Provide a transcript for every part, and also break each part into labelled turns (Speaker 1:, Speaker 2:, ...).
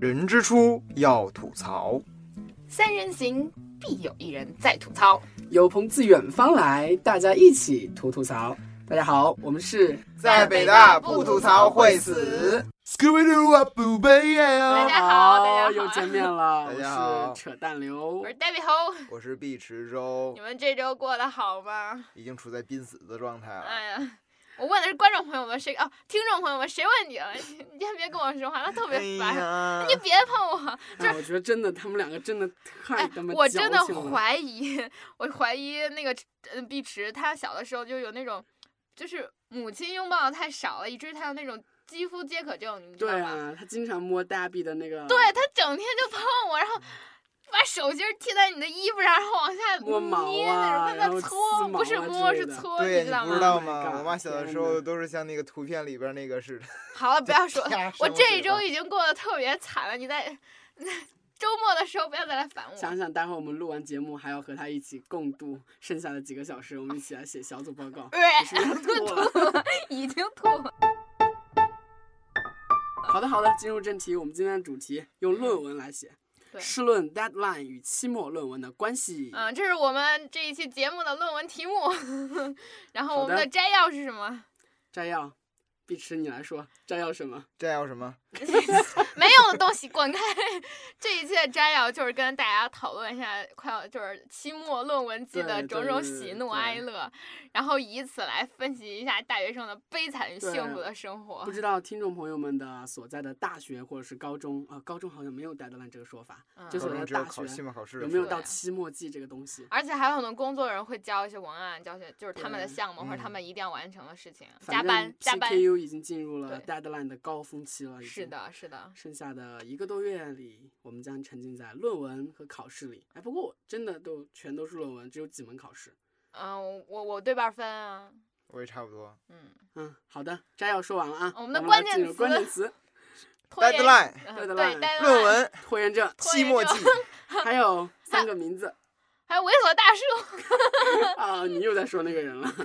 Speaker 1: 人之初要吐槽，
Speaker 2: 三人行必有一人在吐槽。
Speaker 3: 有朋自远方来，大家一起吐吐槽。大家好，我们是
Speaker 2: 在北大不吐槽会死。
Speaker 1: 啊
Speaker 2: 大家好大家好
Speaker 3: 哦又见面了，
Speaker 1: 大家好
Speaker 3: 我是扯淡刘
Speaker 2: 我。是 David Ho，
Speaker 1: 我是毕池洲
Speaker 2: 你，们这周过得好吗？
Speaker 1: 已经处在濒死的状态了。
Speaker 2: 哎呀，我问的是观众朋友们，谁哦，听众朋友们，谁问你了？ 你先别跟我说话，那哎特别烦。
Speaker 1: 呀
Speaker 2: 你别碰我，
Speaker 3: 哎，我觉得真的，他们两个真的太
Speaker 2: 哎
Speaker 3: 他妈、，
Speaker 2: 我真的
Speaker 3: 了。
Speaker 2: 怀疑， 我怀疑那个呃碧池，他小的时候就有那种，就是母亲拥抱的太少了，以至于他有那种肌肤皆可症，你知道
Speaker 3: 对
Speaker 2: 吗？
Speaker 3: 啊，他经常摸大臂的那个，
Speaker 2: 对他 整天就碰我，然后把手心儿贴在你的衣服上，然后往下
Speaker 3: 摸毛
Speaker 2: 捏
Speaker 3: 啊
Speaker 2: 那
Speaker 3: 然
Speaker 2: 种，他在
Speaker 3: 后撕
Speaker 2: 搓，
Speaker 3: 毛啊
Speaker 2: 不是
Speaker 3: 之
Speaker 2: 摸
Speaker 3: 类
Speaker 2: 是
Speaker 3: 的
Speaker 2: 搓，
Speaker 1: 对，
Speaker 2: 你知道
Speaker 1: 不知
Speaker 2: 吗？
Speaker 1: 道
Speaker 3: Oh my
Speaker 1: 吗？
Speaker 3: god，
Speaker 1: 我妈小的时
Speaker 3: 天
Speaker 1: 候
Speaker 3: 哪
Speaker 1: 都是像那个图片里边那个似的。，
Speaker 2: 好了，不要说
Speaker 1: 啪
Speaker 2: 我这
Speaker 1: 扇我
Speaker 2: 一周
Speaker 1: 嘴
Speaker 2: 已经过得特别惨了，你在周末的时候不要再来烦我。
Speaker 3: 想想待会儿我们录完节目还要和他一起共度剩下的几个小时，我们一起来写小组报告。我是
Speaker 2: 对，
Speaker 3: 不是要吐了。
Speaker 2: 呃 已经吐了。
Speaker 3: 好的，好的，进入正题，我们今天的主题用论文来写，
Speaker 2: 对
Speaker 3: 试论 deadline 与期末论文的关系。
Speaker 2: 嗯，这是我们这一期节目的论文题目， 然后
Speaker 3: 好
Speaker 2: 我们
Speaker 3: 的
Speaker 2: 的摘要是什么？
Speaker 3: 摘要，碧池你来说，摘要什么？
Speaker 1: 这要什么？
Speaker 2: 没用的东西滚开！这一期的摘要就是跟大家讨论一下快要就是期末论文季的
Speaker 3: 对
Speaker 2: 种
Speaker 3: 对
Speaker 2: 种
Speaker 3: 对
Speaker 2: 喜
Speaker 3: 对
Speaker 2: 怒
Speaker 3: 对
Speaker 2: 哀乐，然后以此来分析一下大学生的悲惨与
Speaker 3: 对
Speaker 2: 幸福的生活
Speaker 3: 不。知道听众朋友们的所在的大学或者是高中啊、高中好像没有 deadline 这个说法，
Speaker 2: 嗯
Speaker 3: 就
Speaker 1: 高
Speaker 3: 是我
Speaker 1: 中
Speaker 3: 的
Speaker 1: 只有
Speaker 3: 大
Speaker 1: 考
Speaker 3: 学
Speaker 1: 期末考试的
Speaker 3: 有没
Speaker 1: 时
Speaker 3: 有
Speaker 1: 候
Speaker 3: 到
Speaker 2: 对啊
Speaker 3: 期末季这个东西？
Speaker 2: 而且还有很多工作人会交一些文案，交一些就是他们的
Speaker 3: 对
Speaker 2: 项目或者他
Speaker 1: 嗯
Speaker 2: 们一定要完成的事情，加
Speaker 3: 反
Speaker 2: 班
Speaker 3: 正
Speaker 2: 加班。
Speaker 3: PKU 已经进入了
Speaker 2: 对
Speaker 3: deadline 的高峰期了，已
Speaker 2: 是
Speaker 3: 经。
Speaker 2: 的，是的，
Speaker 3: 剩下的一个多月里，我们将沉浸在论文和考试里。哎，不过我真的都全都是论文，只有几门考试。
Speaker 2: 嗯，我我对半分啊，
Speaker 1: 我也差不多。
Speaker 2: 嗯，
Speaker 3: 嗯，好的，摘要说完了啊。
Speaker 2: 我
Speaker 3: 我
Speaker 2: 们的
Speaker 3: 来
Speaker 2: 关键
Speaker 3: 进入关
Speaker 2: 词
Speaker 3: 键词、
Speaker 2: 拖延
Speaker 1: Deadline
Speaker 2: 嗯
Speaker 3: deadline
Speaker 2: 对 deadline
Speaker 1: 论文
Speaker 3: 拖 延症，
Speaker 2: 拖
Speaker 1: 期
Speaker 2: 延
Speaker 1: 末
Speaker 2: 症
Speaker 1: 季，
Speaker 3: 还有三个名字。
Speaker 2: 还有猥琐大叔，
Speaker 3: 啊，你又在说那个人了。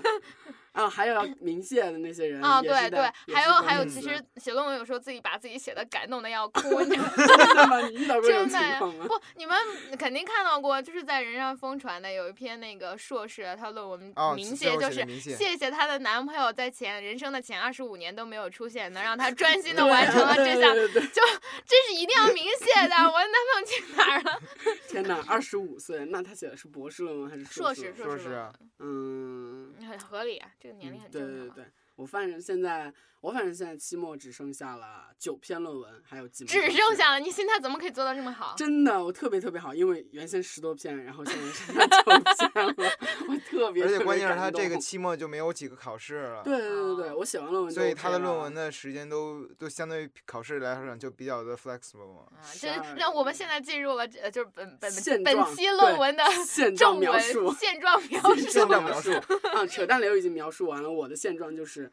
Speaker 3: 啊，还有要鸣谢的那些人
Speaker 2: 啊，
Speaker 3: 嗯也是
Speaker 2: 对对
Speaker 3: 在，也
Speaker 2: 还
Speaker 3: 是嗯
Speaker 2: 有
Speaker 3: 关
Speaker 2: 还有，
Speaker 3: 键
Speaker 2: 其
Speaker 3: 词
Speaker 2: 实写论文有时候自己把自己写的感动的要哭，你知道吗
Speaker 3: 真的吗？你遇到过这种
Speaker 2: 真的
Speaker 3: 情
Speaker 2: 呀
Speaker 3: 况吗？
Speaker 2: 不？你们肯定看到过，就是在人上疯传的有一篇那个硕士，他论文
Speaker 1: 哦
Speaker 2: 明
Speaker 1: 这
Speaker 2: 谢
Speaker 1: 我
Speaker 2: 就
Speaker 1: 写
Speaker 2: 是
Speaker 1: 的明谢
Speaker 2: 谢谢她的男朋友在前人生的前二十五年都没有出现，能让她专心的
Speaker 3: 对
Speaker 2: 完成了这 项，
Speaker 3: 对对对
Speaker 2: 就这是一定要明谢的。我的男朋友去哪儿了？
Speaker 3: 天哪，二十五岁，那他写的是博士论文还是
Speaker 2: 硕
Speaker 3: 士
Speaker 2: 士
Speaker 3: 论
Speaker 1: 硕
Speaker 3: 文？
Speaker 1: 士
Speaker 2: 论
Speaker 1: 啊，
Speaker 3: 嗯，
Speaker 2: 文很合理啊，这个年龄
Speaker 3: 嗯
Speaker 2: 很
Speaker 3: 对
Speaker 2: 正常
Speaker 3: 对
Speaker 2: 嘛。
Speaker 3: 对，我反正现在我反正现在期末只剩下了九篇论文，还有几门
Speaker 2: 只
Speaker 3: 考试
Speaker 2: 剩下了，你心态怎么可以做到这么好？
Speaker 3: 真的，我特别特别好，因为原先十多篇，然后现在剩下九篇了， 我特别。
Speaker 1: 而且
Speaker 3: 特别
Speaker 1: 关键是
Speaker 3: 感
Speaker 1: 他这个
Speaker 3: 动
Speaker 1: 期末就没有几个考试了。
Speaker 3: 对对对对，
Speaker 2: 哦
Speaker 3: 我写完论文就
Speaker 1: 所
Speaker 3: OK 了，
Speaker 1: 以他的论文的时间都都相对于考试来讲就比较的 flexible 嘛。
Speaker 2: 啊，
Speaker 3: 十
Speaker 2: 这
Speaker 3: 二
Speaker 2: 让我们现在进入了这呃就是本本
Speaker 3: 现
Speaker 2: 本
Speaker 3: 状
Speaker 2: 期论
Speaker 3: 对
Speaker 2: 文的
Speaker 3: 现状
Speaker 2: 正
Speaker 3: 描
Speaker 2: 文
Speaker 3: 述，
Speaker 2: 现状描
Speaker 3: 现
Speaker 2: 述
Speaker 1: 现
Speaker 3: 状。
Speaker 1: 状
Speaker 3: 描
Speaker 1: 描
Speaker 3: 述
Speaker 1: 述，
Speaker 3: 啊，扯淡流已经描述完了，我的现状就是。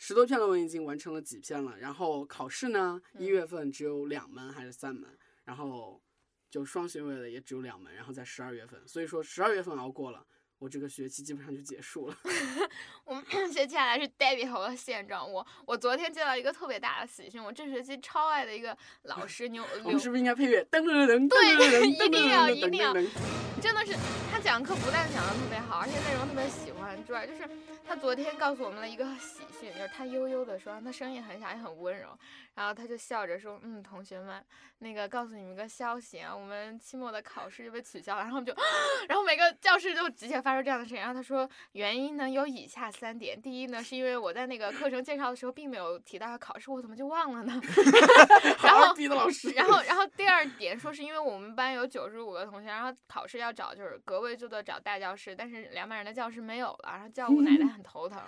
Speaker 3: 十多篇论文已经完成了几篇了，然后考试呢，一
Speaker 2: 嗯
Speaker 3: 月份只有两门还是三门，然后就双学位的也只有两门，然后在十二月份，所以说十二月份熬过了，我这个学期基本上就结束了。
Speaker 2: 我们 接下来是 David 猴的现状。我我昨天接到一个特别大的喜讯，我这学期超爱的一个老师牛
Speaker 3: 我们
Speaker 2: 刘
Speaker 3: 是不是应该配乐？噔噔噔噔噔
Speaker 2: 对
Speaker 3: 噔噔噔噔噔噔噔噔，
Speaker 2: 一定要一定要真的是他讲课不但讲的特别好，而且内容特别喜欢之外，就是他昨天告诉我们了一个喜讯，就是他悠悠的说，他声音很小也很温柔，然后他就笑着说，嗯，同学们，那个告诉你们个消息啊，我们期末的考试就被取消了，然后我们就， 然后每个教室都集体发出这样的声音，然后他说原因呢有以下三点，第一呢是因为我在那个课程介绍的时候并没有提到要考试，我怎么就忘了呢？然
Speaker 3: 好
Speaker 2: 后
Speaker 3: 逼的老师，
Speaker 2: 然后，然后第二点说是因为我们班有九十五个同学，然后考试要找就是隔位就座找大教室，但是两百人的教室没有了，然后教务奶奶很头 疼。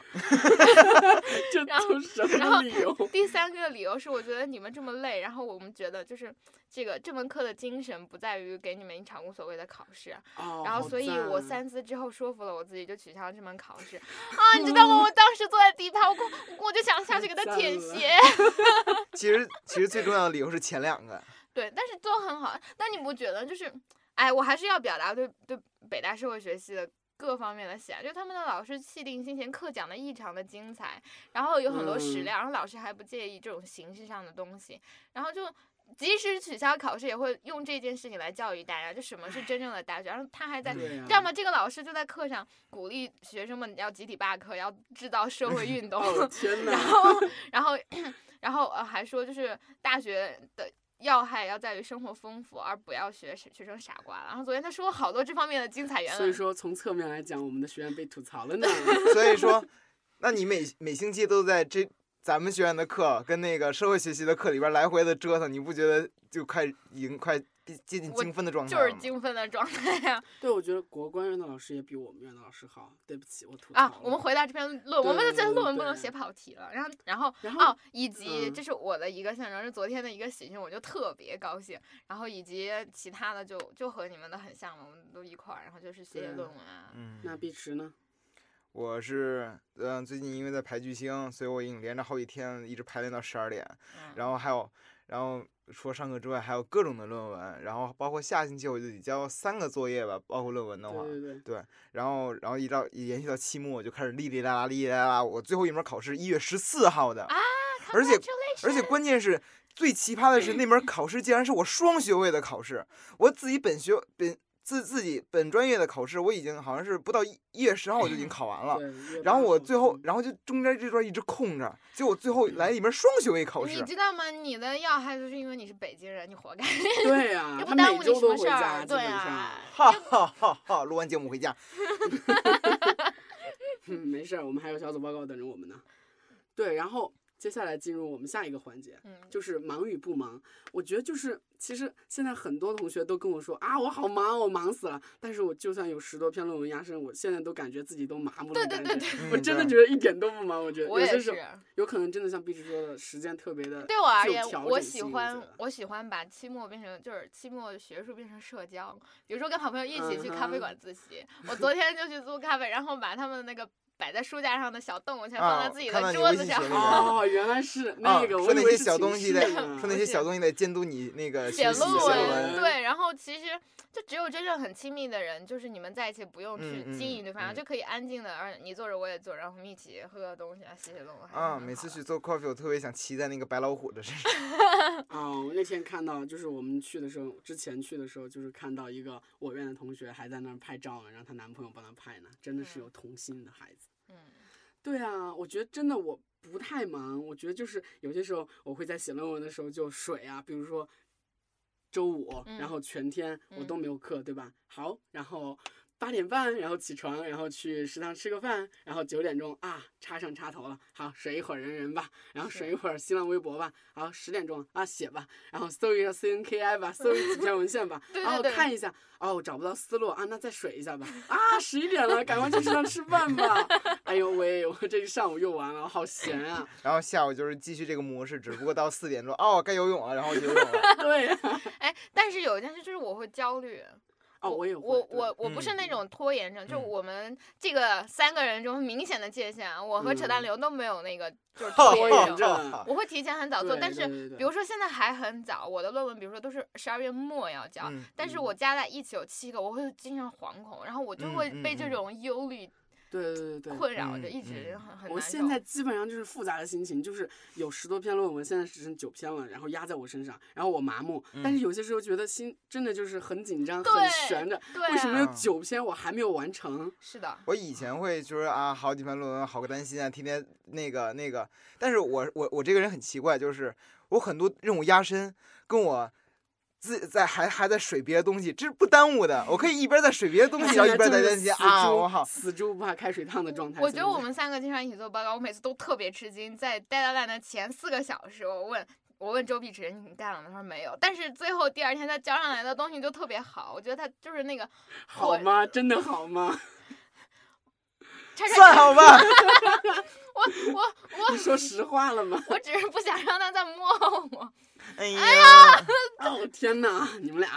Speaker 3: 这
Speaker 2: 然后
Speaker 3: 都什
Speaker 2: 然
Speaker 3: 么
Speaker 2: 后
Speaker 3: 理由？
Speaker 2: 第三个理由是我觉得你们这么累，然后我们觉得就是这个这门课的精神不在于给你们一场无所谓的考试，
Speaker 3: 哦
Speaker 2: 然后
Speaker 3: 好
Speaker 2: 所以我
Speaker 3: 赞
Speaker 2: 三思之后说服了我自己，就取消了这门考 试。啊，你知道吗？我当时坐在第一排，我跟我我就想下去给他
Speaker 3: 太
Speaker 2: 舔
Speaker 3: 赞了
Speaker 2: 鞋。
Speaker 1: 其实其实最重要的理由是前两个，
Speaker 2: 对，但是都很好。但你不觉得就是，哎，我还是要表达对对北大社会学系的各方面的喜爱，就他们的老师气定心贤，课讲的异常的精彩，然后有很多史
Speaker 3: 嗯
Speaker 2: 料，然后老师还不介意这种形式上的东西，然后就即使取消考试，也会用这件事情来教育大家，就什么是真正的大学。然后他还在，
Speaker 3: 对呀、
Speaker 2: 你知道吗？这个老师就在课上鼓励学生们要集体罢课，要制造社会运动，
Speaker 3: 哦天
Speaker 2: 然
Speaker 3: 哪！
Speaker 2: 后，然后，然后呃，还说就是大学的要害要在于生活丰富，而不要学学生傻瓜。然后昨天他说了好多这方面的精彩言
Speaker 3: 所以
Speaker 2: 论，
Speaker 3: 说从侧面来讲，我们的学院被吐槽了呢。
Speaker 1: 所以说，那你每每星期都在这咱们学院的课跟那个社会学习的课里边来回的折腾，你不觉得就快已经快接接近
Speaker 2: 我
Speaker 1: 精分的状态
Speaker 2: 就
Speaker 1: 了
Speaker 2: 是
Speaker 1: 吗？
Speaker 2: 精分的状态啊！
Speaker 3: 对，我觉得国关院的老师也比我们院的老师好。对不起，我吐槽了。
Speaker 2: 啊，我们回答这篇论，我们的这篇论文不能
Speaker 3: 对
Speaker 2: 写跑题了。然后，然后，
Speaker 3: 然
Speaker 2: 哦
Speaker 3: 后，
Speaker 2: 以及
Speaker 3: 嗯
Speaker 2: 这是我的一个象征，是昨天的一个喜讯，我就特别高兴。然后以及其他的就就和你们的很像嘛，我们都一块儿，然后就是写写
Speaker 3: 对
Speaker 2: 论文啊。
Speaker 1: 嗯，
Speaker 3: 那碧池呢？
Speaker 1: 我是嗯、呃最近因为在排巨星，所以我已经连着好几天一直排练到十二点，
Speaker 2: 嗯
Speaker 1: 然后还有，然后除了上课之外，还有各种的论文，然后包括下星期我就得交三个作业吧，包括论文的话，
Speaker 3: 对对对，
Speaker 1: 然后然后一到延续到期末，我就开始哩哩啦啦哩哩啦啦。我最后一门考试一月十四号
Speaker 3: 啊
Speaker 1: 的，而且而且关键是最奇葩的是那门考试竟然是我双学位的考试，我自己本学本自自己本专业的考试我已经好像是不到一一月十号我就已经考完了。
Speaker 3: 对
Speaker 1: 然后我最后，
Speaker 3: 嗯
Speaker 1: 然后就中间这段一直空着，结果最后来一门双学位考
Speaker 2: 你
Speaker 1: 试。
Speaker 2: 知道吗？你的要害就是因为你是北京人，你活该。
Speaker 3: 对呀、
Speaker 1: 啊
Speaker 2: 又
Speaker 3: 他
Speaker 2: 不耽
Speaker 3: 每
Speaker 2: 误你
Speaker 3: 周
Speaker 2: 什
Speaker 3: 都
Speaker 2: 么
Speaker 3: 回
Speaker 2: 事
Speaker 3: 家，
Speaker 2: 儿，
Speaker 3: 基本
Speaker 2: 对
Speaker 3: 上
Speaker 2: 啊。
Speaker 1: 哈哈哈哈！录完节目回 家，
Speaker 3: 嗯，没事儿，我们还有小组报告等着我们呢。对，然后接下来进入我们下一个环节，
Speaker 2: 嗯，
Speaker 3: 就是忙与不忙。我觉得就是，其实现在很多同学都跟我说啊，我好忙，我忙死了。但是我就算有十多篇论文压身，我现在都感觉自己都麻木了。
Speaker 2: 对对对，对，
Speaker 1: 嗯
Speaker 3: 我真的
Speaker 1: 对
Speaker 3: 觉得一点都不忙。我觉得
Speaker 2: 我
Speaker 3: 有
Speaker 2: 也
Speaker 3: 些
Speaker 2: 是
Speaker 3: 时候。有可能真的像碧池说的，时间特别的。
Speaker 2: 对我而
Speaker 3: 具有
Speaker 2: 言，
Speaker 3: 调
Speaker 2: 我
Speaker 3: 整
Speaker 2: 喜
Speaker 3: 性我
Speaker 2: 欢
Speaker 3: 觉得
Speaker 2: 我喜欢把期末变成就是期末学术变成社交，比如说跟好朋友一起去
Speaker 3: 嗯
Speaker 2: 咖啡
Speaker 3: 哼
Speaker 2: 馆自习。我昨天就去租咖啡，然后把他们那个摆在书架上的小动物全放
Speaker 1: 啊
Speaker 2: 在自己
Speaker 1: 看到
Speaker 2: 的
Speaker 1: 你
Speaker 2: 桌
Speaker 1: 微
Speaker 2: 子
Speaker 1: 信
Speaker 2: 上
Speaker 1: 群，里面
Speaker 3: 哦，原来是那个，
Speaker 1: 啊、
Speaker 3: 我
Speaker 1: 说
Speaker 3: 以
Speaker 1: 那
Speaker 3: 为
Speaker 1: 些
Speaker 3: 是
Speaker 1: 小
Speaker 3: 情
Speaker 1: 东西
Speaker 3: 绪
Speaker 1: 的，
Speaker 3: 呢
Speaker 1: 说那些小东西在监督你那个
Speaker 2: 写
Speaker 1: 学习
Speaker 2: 论
Speaker 1: 写
Speaker 2: 文，
Speaker 3: 文啊
Speaker 2: 对，然后其实就只有真正很亲密的人，就是你们在一起不用去
Speaker 1: 嗯嗯
Speaker 2: 经营对方，
Speaker 1: 嗯
Speaker 2: 就可以安静的，而你坐着我也坐着，然后我们一起喝个东西啊，写写论文。还是
Speaker 1: 啊，
Speaker 2: 很
Speaker 1: 每
Speaker 2: 好
Speaker 1: 次
Speaker 2: 的
Speaker 1: 去做 coffee，我特别想骑在那个白老虎的身上。
Speaker 3: 哦，我那天看到，就是我们去的时候，之前去的时候，就是看到一个我院的同学还在那儿拍照呢，让她男朋友帮她拍呢，真的是
Speaker 2: 嗯
Speaker 3: 有童心的孩子。
Speaker 2: 嗯。
Speaker 3: 对啊，我觉得真的我不太忙，我觉得就是有些时候我会在写论文的时候就水啊，比如说周五，
Speaker 2: 嗯
Speaker 3: 然后全天我都
Speaker 2: 嗯
Speaker 3: 没有课，对吧？好，然后八点半，然后起床，然后去食堂吃个饭，然后九点钟啊插上插头了，好水一会儿人人吧，然后
Speaker 2: 是
Speaker 3: 水一会儿新浪微博吧，好十点钟啊写吧，然后搜一下 CNKI 吧，搜一几篇文献吧，
Speaker 2: 对
Speaker 3: 然
Speaker 2: 对
Speaker 3: 后
Speaker 2: 对
Speaker 3: 看一下，哦找不到思路啊，那再水一下吧，啊十一点了，赶快去食堂吃饭吧。 哎呦喂，我这一上午又完了，好闲啊！
Speaker 1: 然后下午就是继续这个模式，只不过到四点钟，哦，该游泳了，然后就游泳 了。
Speaker 3: 对啊，
Speaker 2: 哎，但是有一件事就是我会焦虑。
Speaker 3: 哦，
Speaker 2: 我
Speaker 3: 也会，
Speaker 2: 我
Speaker 3: 对
Speaker 2: 我我不是那
Speaker 3: 嗯
Speaker 2: 种拖延症，就
Speaker 1: 嗯
Speaker 2: 我们这个三个人中明显的界限啊，我和扯淡
Speaker 3: 嗯
Speaker 2: 流都没有那个就是拖
Speaker 1: 拖
Speaker 3: 拖
Speaker 2: 延
Speaker 3: 延
Speaker 2: 症。
Speaker 3: 症，
Speaker 2: 我会提前很早做，
Speaker 3: 对
Speaker 2: 但
Speaker 3: 对
Speaker 2: 是
Speaker 3: 对对
Speaker 2: 比如说现在还很早，我的论文比如说都是十二月末要交，
Speaker 1: 嗯
Speaker 2: 但是
Speaker 3: 嗯
Speaker 2: 我加在一起有七个，我会经常惶恐，然后我就
Speaker 1: 嗯
Speaker 2: 会
Speaker 1: 嗯
Speaker 2: 被这
Speaker 1: 嗯
Speaker 2: 种忧虑
Speaker 3: 对对对对。
Speaker 2: 困扰着，
Speaker 1: 嗯
Speaker 2: 一直
Speaker 1: 嗯
Speaker 2: 很很难受。
Speaker 3: 我现在基本上就是复杂的心情，就是有十多篇论文，现在只剩九篇了，然后压在我身上，然后我麻木，但是有些时候觉得心真的就是很紧张，很
Speaker 2: 对
Speaker 3: 悬着。
Speaker 2: 对
Speaker 3: 为什么有
Speaker 2: 啊，
Speaker 1: 啊
Speaker 3: 九篇我还没有完成？
Speaker 2: 是的，
Speaker 1: 我以前会就是啊，好几篇论文，好个担心啊，天天那个那个。但是我我我这个人很奇怪，就是我很多任务压身，跟我自在还还在水别的东西，这是不耽误的。我可以一边在水 别的东西，然后一边在担心啊，我好。
Speaker 3: 死猪不怕开水烫的状态。
Speaker 2: 我觉
Speaker 3: 现
Speaker 2: 得我
Speaker 3: 在
Speaker 2: 们三个经常一起做报告，我每次都特别吃惊。在 deadline 的前四个小时，我问我问周碧池你干了吗？他说没有。但是最后第二天他交上来的东西就特别好，我觉得他就是那个
Speaker 3: 好
Speaker 2: 我
Speaker 3: 吗？真的好吗？
Speaker 2: 叉叉
Speaker 1: 算
Speaker 2: 叉。
Speaker 1: 好 吧，
Speaker 2: 我我
Speaker 3: 你
Speaker 2: 我
Speaker 3: 说实话了吗？
Speaker 2: 我只是不想让他再摸我。
Speaker 1: 哎呀，
Speaker 3: 哦天哪，你们俩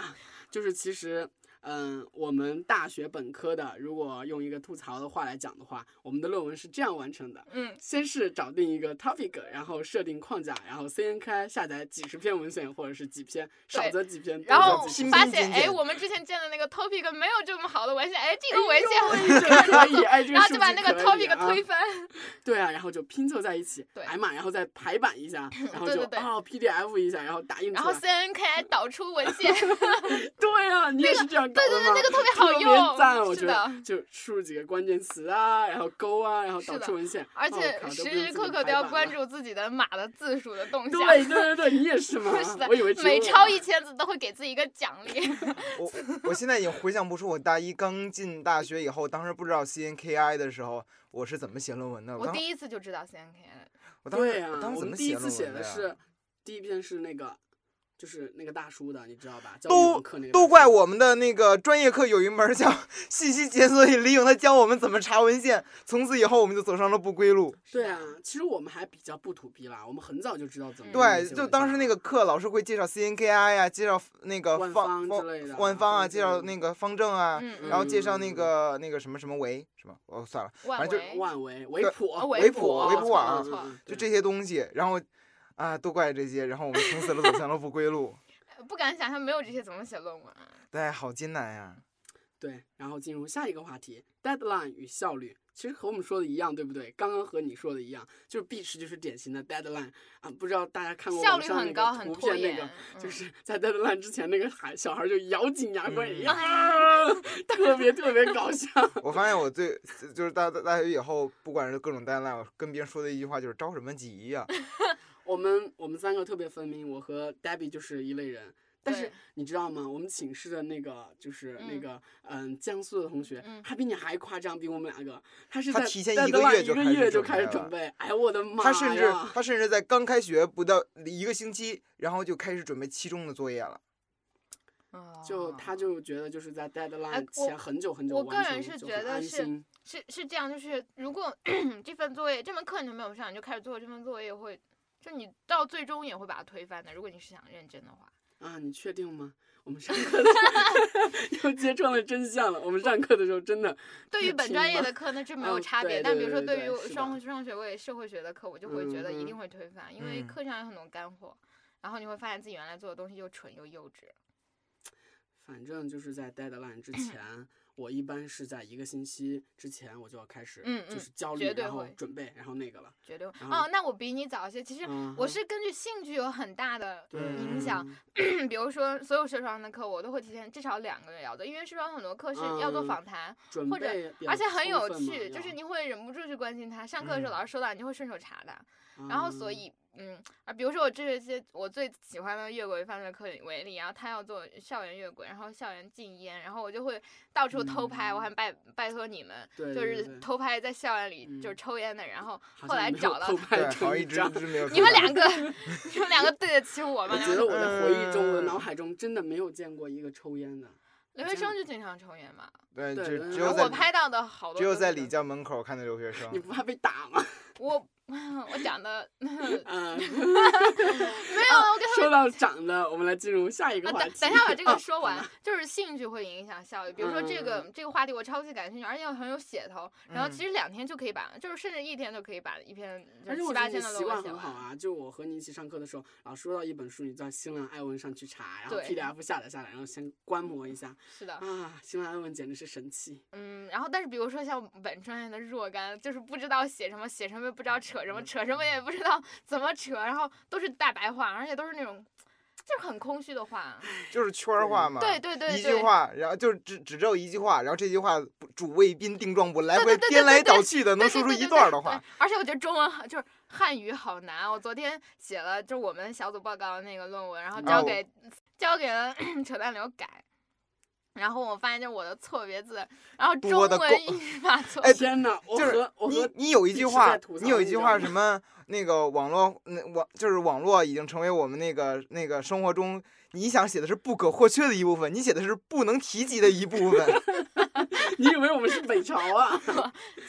Speaker 3: 就是其实嗯，我们大学本科的，如果用一个吐槽的话来讲的话，我们的论文是这样完成的：
Speaker 2: 嗯，
Speaker 3: 先是找定一个 topic，然后设定框架，然后 CNK 下载几十篇文献或者是几篇，少则几篇，
Speaker 2: 然
Speaker 3: 多
Speaker 2: 后
Speaker 3: 则几篇
Speaker 2: 发
Speaker 1: 拼
Speaker 2: 现，
Speaker 1: 拼
Speaker 2: 哎，
Speaker 1: 见
Speaker 2: 我们之前建的那个 topic 没有这么好的文献，哎，这
Speaker 3: 哎
Speaker 2: 个文献，
Speaker 3: 呦 这个可以，哎，这个
Speaker 2: 然后
Speaker 3: 数
Speaker 2: 就把
Speaker 3: 据
Speaker 2: 那个
Speaker 3: 可以
Speaker 2: topic
Speaker 3: 啊
Speaker 2: 推翻。
Speaker 3: 对啊，然后就拼凑在一起，
Speaker 2: 对
Speaker 3: 哎妈，然后再排版一下，然后
Speaker 2: 对
Speaker 3: 就
Speaker 2: 对对
Speaker 3: 哦 PDF 一下，然后打印
Speaker 2: 然
Speaker 3: 出
Speaker 2: 后
Speaker 3: 来。
Speaker 2: CNK 还 导出文献，
Speaker 3: 对啊，你也是这样搞
Speaker 2: 对
Speaker 3: 的
Speaker 2: 对对，
Speaker 3: 吗
Speaker 2: 那个特别
Speaker 3: 特
Speaker 2: 好
Speaker 3: 别
Speaker 2: 用，
Speaker 3: 赞，我
Speaker 2: 是
Speaker 3: 觉
Speaker 2: 的
Speaker 3: 得。就输入几个关键词啊，然后勾啊，然后导
Speaker 2: 是的
Speaker 3: 出文献，
Speaker 2: 而
Speaker 3: 哦
Speaker 2: 且
Speaker 3: 靠都
Speaker 2: 时
Speaker 3: 不用
Speaker 2: 时
Speaker 3: 自己
Speaker 2: 刻刻
Speaker 3: 排
Speaker 2: 都要
Speaker 3: 版
Speaker 2: 关
Speaker 3: 了。
Speaker 2: 注自己的码的字数的 动向。
Speaker 3: 对对对对，你也是吗
Speaker 2: 是的？
Speaker 3: 啊我以为只有
Speaker 2: 每
Speaker 3: 我
Speaker 1: 啊
Speaker 2: 超一千字都会给自己一个奖 励。
Speaker 1: 我我现在已经回想不出我大一刚进大学以后，当时不知道 CNKI 的时候，我是怎么写论文的。我
Speaker 2: 我
Speaker 1: 当
Speaker 2: 第一次就知道 CNK，
Speaker 1: 我当
Speaker 3: 对
Speaker 1: 时
Speaker 3: 啊，
Speaker 1: 我当时
Speaker 3: 我
Speaker 1: 怎
Speaker 3: 们
Speaker 1: 么
Speaker 3: 第一
Speaker 1: 论
Speaker 3: 次写
Speaker 1: 文
Speaker 3: 的
Speaker 1: 的呀
Speaker 3: 是第一篇是那个，就是那个大叔的，你知道吧？教语
Speaker 1: 都
Speaker 3: 文课那个
Speaker 1: 都
Speaker 3: 大
Speaker 1: 怪
Speaker 3: 叔
Speaker 1: 我们的那个专业课有一门儿叫信息解锁与利用，他教我们怎么查文献。从此以后，我们就走上了不归路。
Speaker 3: 对啊，其实我们还比较不土逼啦，我们很早就知道怎么
Speaker 2: 嗯
Speaker 3: 用
Speaker 1: 对
Speaker 3: 这，些
Speaker 1: 就
Speaker 3: 文
Speaker 1: 当
Speaker 3: 章
Speaker 1: 时
Speaker 3: 了
Speaker 1: 那个课，老师会介绍 CNKI 呀、介绍那个
Speaker 3: 万
Speaker 1: 方
Speaker 3: 方之类的
Speaker 1: 万方啊，介绍
Speaker 3: 嗯
Speaker 1: 那个方正啊，
Speaker 2: 嗯
Speaker 1: 然后介绍
Speaker 3: 嗯嗯
Speaker 1: 那
Speaker 3: 嗯
Speaker 1: 个那个什么什么维什么，哦算了，
Speaker 2: 万
Speaker 1: 反正
Speaker 2: 维，
Speaker 3: 万维维
Speaker 1: 对
Speaker 3: 普
Speaker 2: 哦维
Speaker 1: 维
Speaker 2: 普
Speaker 1: 普
Speaker 2: 哦
Speaker 1: 维普
Speaker 2: 错了
Speaker 1: 网，啊
Speaker 2: 错了
Speaker 1: 就这些东西，然后啊，都怪这些，然后我们从此了走向了不归路。
Speaker 2: 不敢想象没有这些怎么写论文啊。
Speaker 1: 对，好艰难 呀、
Speaker 3: 对，然后进入下一个话题，deadline 与效率。其实和我们说的一样，对不对？刚刚和你说的一样，就是 B 池就是典型的 deadline 啊！不知道大家看过
Speaker 2: 效
Speaker 3: 网
Speaker 2: 率
Speaker 3: 上
Speaker 2: 很
Speaker 3: 那
Speaker 2: 高
Speaker 3: 个
Speaker 2: 很
Speaker 3: 图
Speaker 2: 拖
Speaker 3: 片那
Speaker 2: 延
Speaker 3: 个，
Speaker 2: 嗯
Speaker 3: 就是在 deadline 之前，那个孩小孩就咬紧牙关，
Speaker 1: 嗯
Speaker 3: 呀， 特别特别搞笑。
Speaker 1: 我发现我最就是大大大学以后，不管是各种 deadline，我跟别人说的一句话就是着什么急呀、
Speaker 3: 我们我们三个特别分明，我和 Debbie 就是一类人。但是
Speaker 2: 对
Speaker 3: 你知道吗？我们寝室的那个就是那
Speaker 2: 嗯
Speaker 3: 个嗯江苏的同学，
Speaker 2: 嗯
Speaker 3: 他比你还夸张，比我们两个，他是
Speaker 1: 他
Speaker 3: 在
Speaker 1: 提前
Speaker 3: 在
Speaker 1: 一个
Speaker 3: deadline
Speaker 1: 月
Speaker 3: 一
Speaker 1: 就开
Speaker 3: 个
Speaker 1: 始
Speaker 3: 月就
Speaker 1: 准
Speaker 3: 开始
Speaker 1: 备
Speaker 3: 准
Speaker 1: 了
Speaker 3: 备。哎，我的妈呀！
Speaker 1: 他甚至他甚至在刚开学不到一个星期，然后就开始准备期中的作业了。
Speaker 2: 哦
Speaker 3: 就他就觉得就是在 deadline
Speaker 2: 哎我
Speaker 3: 前很久很久
Speaker 2: 我
Speaker 3: 完
Speaker 2: 个
Speaker 3: 成
Speaker 2: 人是
Speaker 3: 就
Speaker 2: 觉
Speaker 3: 很
Speaker 2: 得
Speaker 3: 安
Speaker 2: 是
Speaker 3: 心
Speaker 2: 是是这样，就是如果 这份作业这门课你都没有上，你就开始做这份作业会。就你到最终也会把它推翻的，如果你是想认真的话。
Speaker 3: 啊，你确定吗？我们上课的时候 又揭穿了真相了。我们上课的时候真的
Speaker 2: 对于本
Speaker 3: 是
Speaker 2: 专业
Speaker 3: 吗
Speaker 2: 的课那 是没有
Speaker 3: 嗯
Speaker 2: 差别，
Speaker 3: 对
Speaker 2: 但
Speaker 3: 对
Speaker 2: 比如说
Speaker 3: 对对对
Speaker 2: 于
Speaker 3: 是
Speaker 2: 双
Speaker 3: 的
Speaker 2: 双学位社会学的课，我就会觉得一定
Speaker 3: 嗯
Speaker 2: 会推翻，因为
Speaker 1: 嗯
Speaker 2: 课上有很多干货，然后你会发现自己原来做的东西又蠢又幼稚。
Speaker 3: 反正就是在 deadline 之前， 我一般是在一个星期之前我就要开始
Speaker 2: 嗯，
Speaker 3: 就
Speaker 2: 嗯
Speaker 3: 是焦虑，
Speaker 2: 绝对
Speaker 3: 然后
Speaker 2: 会
Speaker 3: 准备，然后那个了。
Speaker 2: 绝对会
Speaker 3: 然后
Speaker 2: 哦，那我比你早一些。其实
Speaker 3: 嗯
Speaker 2: 我
Speaker 3: 哼
Speaker 2: 是根据兴趣有很大的
Speaker 3: 对嗯
Speaker 2: 影响， 比如说所有社团的课，我都会提前至少两个月要做，因为社团很多课是要做
Speaker 3: 嗯
Speaker 2: 访谈，
Speaker 3: 准
Speaker 2: 或者
Speaker 3: 备比较
Speaker 2: 而且很
Speaker 3: 充
Speaker 2: 有
Speaker 3: 分嘛
Speaker 2: 趣，就是
Speaker 3: 要
Speaker 2: 你会忍不住去关心它。上课的时候
Speaker 1: 嗯
Speaker 2: 老师说到，你就会顺手查它。然后所以，嗯，啊，比如说我这学期我最喜欢的越轨犯罪课为例，然后他要做校园越轨，然后校园禁烟，然后我就会到处偷拍，我还拜拜托你们，
Speaker 3: 对
Speaker 2: 就
Speaker 3: 对
Speaker 2: 是
Speaker 3: 对
Speaker 2: 偷拍在校园里就是
Speaker 3: 嗯
Speaker 2: 抽烟的，然后
Speaker 3: 好
Speaker 2: 后
Speaker 3: 像
Speaker 2: 来
Speaker 3: 没有
Speaker 2: 找到
Speaker 3: 偷
Speaker 2: 他
Speaker 3: 拍
Speaker 1: 对，
Speaker 3: 成
Speaker 1: 好
Speaker 3: 一
Speaker 1: 一直
Speaker 3: 张
Speaker 1: 一直没有出来。
Speaker 2: 你们两个，你们两个对得起我 吗？
Speaker 3: 我
Speaker 2: 两
Speaker 3: 觉
Speaker 2: 个
Speaker 3: 得我的回忆中，我的
Speaker 1: 嗯
Speaker 3: 脑海中真的没有见过一个抽烟的。
Speaker 2: 留学生就经常抽烟嘛，
Speaker 1: 对，
Speaker 3: 对
Speaker 1: 只只
Speaker 2: 然
Speaker 1: 有
Speaker 2: 后
Speaker 1: 在
Speaker 2: 我拍到的好多
Speaker 1: 只有
Speaker 2: 都
Speaker 1: 在
Speaker 2: 是
Speaker 1: 李教门口看到留学生
Speaker 3: 你。不怕被打吗？
Speaker 2: 我嗯我讲的没有，
Speaker 3: 嗯，
Speaker 2: 我跟他们
Speaker 3: 说到长的，我们来进入下一个
Speaker 2: 啊，
Speaker 3: 话
Speaker 2: 等
Speaker 3: 题。嗯
Speaker 2: 等一下把这个
Speaker 3: 啊
Speaker 2: 说完，就是兴趣会影响效率。比如说这个、这个话题我超级感兴趣，而且又很有写头，然后
Speaker 1: 嗯
Speaker 2: 其实两天就可以把，就是甚至一天就可以把一篇就
Speaker 3: 而
Speaker 2: 是七
Speaker 3: 且我觉
Speaker 2: 八
Speaker 3: 得你
Speaker 2: 千的
Speaker 3: 习
Speaker 2: 论文
Speaker 3: 惯
Speaker 2: 写
Speaker 3: 很好
Speaker 2: 完。
Speaker 3: 啊，就我和你一起上课的时候，老师说到一本书，你在新浪爱问上去查，然后
Speaker 2: 对嗯
Speaker 3: PDF 下载下来，然后先观摩一下
Speaker 2: 是的，
Speaker 3: 啊，新浪爱问简直是神器。
Speaker 2: 嗯，然后但是比如说像本专业的若干，就是不知道写什么，写什么也不知道扯什么，扯什么也不知
Speaker 3: 嗯
Speaker 2: 道怎么扯，然后都是大白话，而且都是那种就是很空虚的话。
Speaker 1: 就是圈儿话嘛，
Speaker 2: 对对对
Speaker 1: 一句
Speaker 2: 对
Speaker 1: 话，然后就是只只只有一句话，然后这句话不主谓宾定状补，来
Speaker 2: 对
Speaker 1: 回
Speaker 2: 对对
Speaker 1: 颠
Speaker 2: 对
Speaker 1: 来
Speaker 2: 对
Speaker 1: 倒去的，能
Speaker 2: 对
Speaker 1: 说
Speaker 2: 对
Speaker 1: 出
Speaker 2: 对
Speaker 1: 一
Speaker 2: 对
Speaker 1: 段
Speaker 2: 对
Speaker 1: 儿的
Speaker 2: 对
Speaker 1: 话。
Speaker 2: 而且我觉得中文好就是汉语好难。我昨天写了，就是我们小组报告的那个论文，然后
Speaker 3: 嗯
Speaker 2: 交
Speaker 1: 哦
Speaker 2: 给、交给了 扯淡流改。然后我发现，就是我的错别字，然后中
Speaker 1: 多得够
Speaker 2: 文语法错，
Speaker 1: 哎
Speaker 3: 天哪，我
Speaker 1: 就是
Speaker 3: 和我
Speaker 1: 你
Speaker 3: 和
Speaker 1: 你有一
Speaker 3: 你
Speaker 1: 句
Speaker 3: 是
Speaker 1: 话
Speaker 3: 在吐，
Speaker 1: 你有一
Speaker 3: 槽你
Speaker 1: 句
Speaker 3: 知道
Speaker 1: 话
Speaker 3: 吗
Speaker 1: 什么？那个网络，那网就是网络已经成为我们那个那个生活中， 你想写的是不可或缺的一部分，你写的是不能提及的一部分。
Speaker 3: 你以为我们是北朝啊？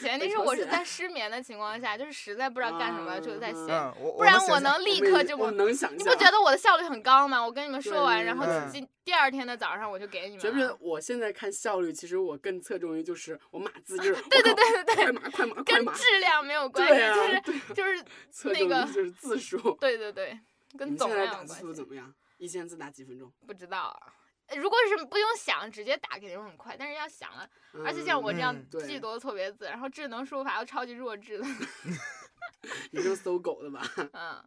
Speaker 2: 前提是
Speaker 3: 朝
Speaker 2: 我是
Speaker 3: 鲜
Speaker 2: 在失眠的情况下，就是实在不知道干什么就在
Speaker 3: 嗯
Speaker 2: 写，
Speaker 1: 嗯，我
Speaker 2: 不然
Speaker 1: 我
Speaker 2: 我
Speaker 1: 们想想
Speaker 2: 能立
Speaker 3: 我
Speaker 2: 刻
Speaker 3: 们
Speaker 2: 就
Speaker 3: 我
Speaker 2: 不。
Speaker 3: 能想象，
Speaker 2: 你不觉得我的效率很高吗？我跟你们说完，
Speaker 3: 对
Speaker 2: 然后
Speaker 1: 嗯
Speaker 2: 今第二天的早上我就给你们
Speaker 3: 觉不觉得
Speaker 2: 了。
Speaker 3: 我现在看效率，其实我更侧重于就是我码字，就是
Speaker 2: 对对
Speaker 3: 我靠
Speaker 2: 对对对
Speaker 3: 快码快码快
Speaker 2: 跟
Speaker 3: 码，
Speaker 2: 质量没有关系，
Speaker 3: 对啊，对
Speaker 2: 就是就是
Speaker 3: 侧
Speaker 2: 那
Speaker 3: 重
Speaker 2: 个
Speaker 3: 于就是字数。
Speaker 2: 对对对，
Speaker 3: 你
Speaker 2: 跟
Speaker 3: 们
Speaker 2: 总
Speaker 3: 现在
Speaker 2: 量有关
Speaker 3: 打字数
Speaker 2: 系
Speaker 3: 怎。么样？一千字打几分钟？
Speaker 2: 不知道，呃如果是不用想直接打肯定很快，但是要想了，而且像我这样
Speaker 1: 嗯
Speaker 3: 对
Speaker 2: 记多错别字，然后智能输入法又超级弱智 的，
Speaker 3: 嗯你是搜狗 的吧？
Speaker 2: 嗯，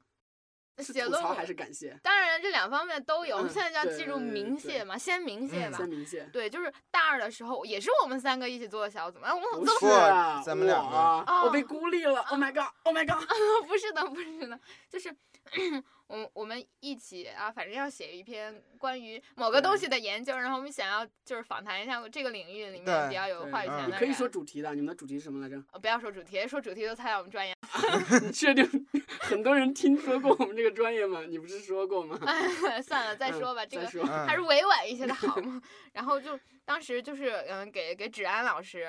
Speaker 3: 是
Speaker 2: 写
Speaker 3: 吐
Speaker 2: 论
Speaker 3: 槽还是
Speaker 2: 文
Speaker 3: 感谢？
Speaker 2: 当然这两方面都有，我们
Speaker 3: 嗯
Speaker 2: 现在就要
Speaker 3: 对
Speaker 2: 进入
Speaker 3: 对
Speaker 2: 明
Speaker 3: 对
Speaker 2: 谢嘛，先明谢
Speaker 1: 嗯
Speaker 2: 吧
Speaker 3: 先。明谢。
Speaker 2: 对，就是大二的时候，也是我们三个一起做的小组嘛。我
Speaker 3: 不
Speaker 2: 们
Speaker 3: 是
Speaker 2: 都
Speaker 3: 啊，
Speaker 1: 咱们两个
Speaker 3: 我啊我被
Speaker 2: 哦
Speaker 3: 孤立了。Oh my god！Oh my god！
Speaker 2: 不是的，不是的，就是 我们我们一起啊，反正要写一篇关于某个东
Speaker 3: 对
Speaker 2: 西的研究，然后我们想要就是访谈一下这个领域里面
Speaker 1: 对
Speaker 2: 比较有
Speaker 3: 对
Speaker 2: 话语
Speaker 1: 嗯
Speaker 2: 权
Speaker 3: 你
Speaker 2: 的
Speaker 3: 可以
Speaker 2: 人
Speaker 3: 说主题的，你们的主题是什么来着？
Speaker 2: 呃，不要说主题，说主题都猜到我们专业。
Speaker 3: 你确定 很多人听说过我们这个专业吗？你不是说过吗？
Speaker 2: 算了，哎再
Speaker 3: 嗯
Speaker 2: 说吧，这
Speaker 3: 再
Speaker 2: 个
Speaker 3: 说
Speaker 2: 还是
Speaker 1: 嗯
Speaker 2: 委婉一些的好嘛。 然后就当时就是嗯，给给芷安老师，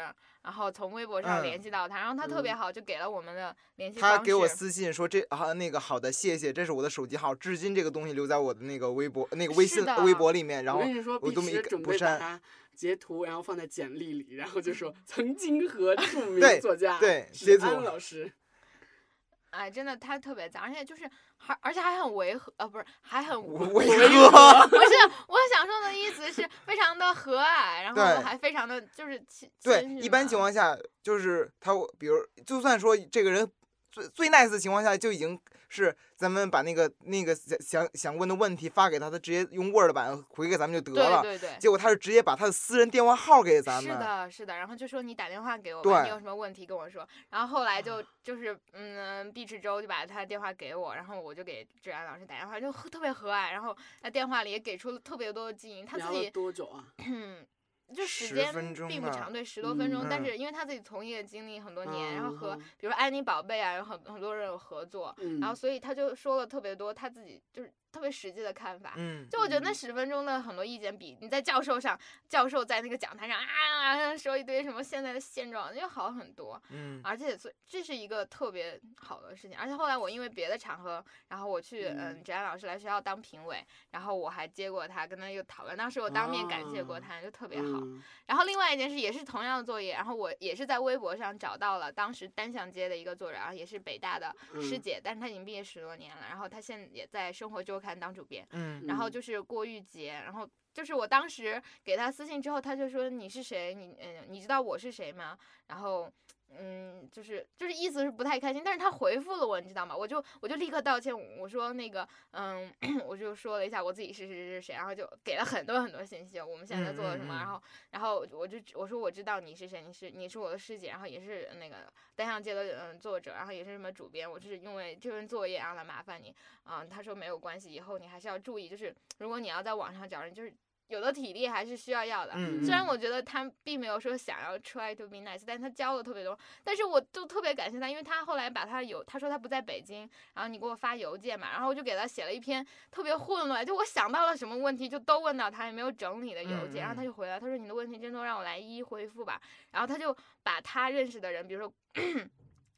Speaker 2: 然后从微博上
Speaker 1: 嗯
Speaker 2: 联系到他，然后他特别好，就给了我们的联系方式。
Speaker 1: 他给我私信说这啊那个好的谢谢，这是我的手机号，至今这个东西留在我的那个微博那个微
Speaker 2: 是
Speaker 1: 信
Speaker 2: 的嗯
Speaker 1: 微博里面，然后
Speaker 3: 我跟你说，
Speaker 1: 我
Speaker 3: 必
Speaker 1: 都没
Speaker 3: 须
Speaker 1: 敢
Speaker 3: 准
Speaker 1: 不
Speaker 3: 备把
Speaker 1: 删
Speaker 3: 它截图，然后放在简历里，然后 就说曾经和著名
Speaker 1: 对
Speaker 3: 作家
Speaker 1: 对
Speaker 3: 许
Speaker 1: 截图
Speaker 3: 安老师，
Speaker 2: 哎，真的他特别赞，而且就是还而且还很违和，呃，不是还很
Speaker 1: 我
Speaker 2: 无。
Speaker 1: 为
Speaker 3: 违
Speaker 1: 何？
Speaker 2: 不是，我想说的意思是非常的和蔼，然后
Speaker 1: 对
Speaker 2: 还非常的就是亲
Speaker 1: 对
Speaker 2: 亲，
Speaker 1: 一
Speaker 2: 近
Speaker 1: 般
Speaker 2: 嘛
Speaker 1: 情况下就是他，比如就算说这个人最最 nice 的情况下，就已经是咱们把那个那个想想想问的问题发给他，他直接用 Word 版回给咱们就得了。
Speaker 2: 对对对，
Speaker 1: 结果他是直接把他的私人电话号给咱
Speaker 2: 是
Speaker 1: 们。
Speaker 2: 的，是的，然后就说你打电话给我吧，你
Speaker 1: 对
Speaker 2: 有什么问题跟我说。然后后来就就是嗯，毕志洲就把他的电话给我，然后我就给芷安老师打电话，就和特别和蔼，然后在电话里也给出了特别多的建议，他自
Speaker 3: 聊了
Speaker 2: 己嗯
Speaker 3: 多久啊？
Speaker 2: 就
Speaker 1: 10
Speaker 2: 时间
Speaker 1: 分钟
Speaker 2: 并不
Speaker 1: 吧
Speaker 2: 长，对，十多分钟，但
Speaker 1: 嗯
Speaker 2: 是因为他自己从业经历很多年，然后和
Speaker 3: 嗯
Speaker 2: 比如说安妮宝贝啊，有很很多人有合作，
Speaker 3: 嗯，
Speaker 2: 然后所以他就说了特别多他自己就是特别实际的看法，
Speaker 1: 嗯，
Speaker 2: 就我觉得那
Speaker 3: 嗯
Speaker 2: 十分钟的很多意见比你在教授上，教授在那个讲台上啊说一堆什么现在的现状要好很多，
Speaker 1: 嗯，
Speaker 2: 而且所这是一个特别好的事情。而且后来我因为别的场合，然后我去嗯
Speaker 3: 嗯
Speaker 2: 展老师来学校当评委，然后我还接过他，跟他又讨论，当时我当面感谢过
Speaker 3: 啊
Speaker 2: 他，就特别好。
Speaker 3: 嗯
Speaker 2: 然后另外一件事也是同样的作业，然后我也是在微博上找到了当时单向街的一个作者，然后也是北大的师
Speaker 3: 嗯
Speaker 2: 姐，但是她已经毕业十多年了，然后她现在也在《生活周刊》当主编。
Speaker 1: 嗯，
Speaker 2: 然后
Speaker 3: 嗯
Speaker 2: 就是郭玉洁，然后就是我当时给他私信之后，他就说你是谁？你嗯，你知道我是谁吗？然后嗯，就是就是意思是不太开心，但是他回复了我，你知道吗？我就我就立刻道歉，我说那个嗯， 我就说了一下我自己是谁谁谁谁，然后就给了很多很多信息，我们现在在做了什么，
Speaker 1: 嗯嗯嗯
Speaker 2: 然后然后我就我说我知道你是谁，你是你是我的师姐，然后也是那个单向街的嗯作者，然后也是什么主编，我就是因为这份作业然后来麻烦你，啊、他说没有关系，以后你还是要注意，就是如果你要在网上找人，就是有的体力还是需要要的。
Speaker 1: 嗯，
Speaker 2: 虽然
Speaker 1: 嗯
Speaker 2: 我觉得他并没有说想要 try to be nice，但他教了特别多，但是我就特别感谢他，因为他后来把他邮，他说他不在北京，然后你给我发邮件嘛，然后我就给他写了一篇特别混乱，就我想到了什么问题就都问到他，也没有整理的邮件，然后他
Speaker 1: 嗯嗯
Speaker 2: 就回来，他说你的问题真多，让我来一一回复吧，然后他就把他认识的人，比如说。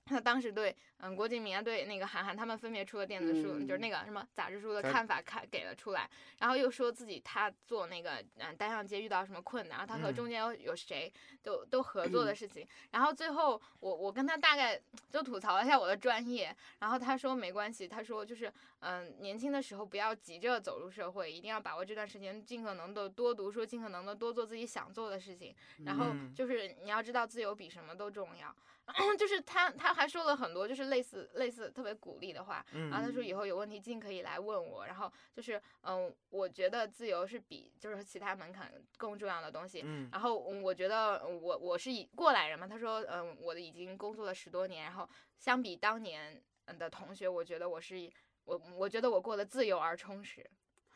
Speaker 2: 他当时对，嗯，郭敬明啊，对那个韩寒他们分别出的电子书，就是
Speaker 3: 嗯
Speaker 2: 那个什么杂志书的
Speaker 1: 杂
Speaker 2: 看法看给了出来，然后又说自己他做那个嗯单向街遇到什么困难，然后他和
Speaker 1: 嗯
Speaker 2: 中间有有谁都都合作的事情，然后最后我我跟他大概就吐槽了一下我的专业，然后他说没关系，他说就是嗯、年轻的时候不要急着走入社会，一定要把握这段时间，尽可能的多读书，尽可能的多做自己想做的事情，然后
Speaker 1: 嗯
Speaker 2: 就是你要知道自由比什么都重要， 就是他他还说了很多就是类似类似特别鼓励的话，
Speaker 1: 嗯
Speaker 2: 然后他说以后有问题尽可以来问我，然后就是嗯，我觉得自由是比就是其他门槛更重要的东西。
Speaker 1: 嗯
Speaker 2: 然后嗯我觉得我我是以过来人嘛，他说嗯，我已经工作了十多年，然后相比当年嗯的同学，我觉得我是我我觉得我过得自由而充实。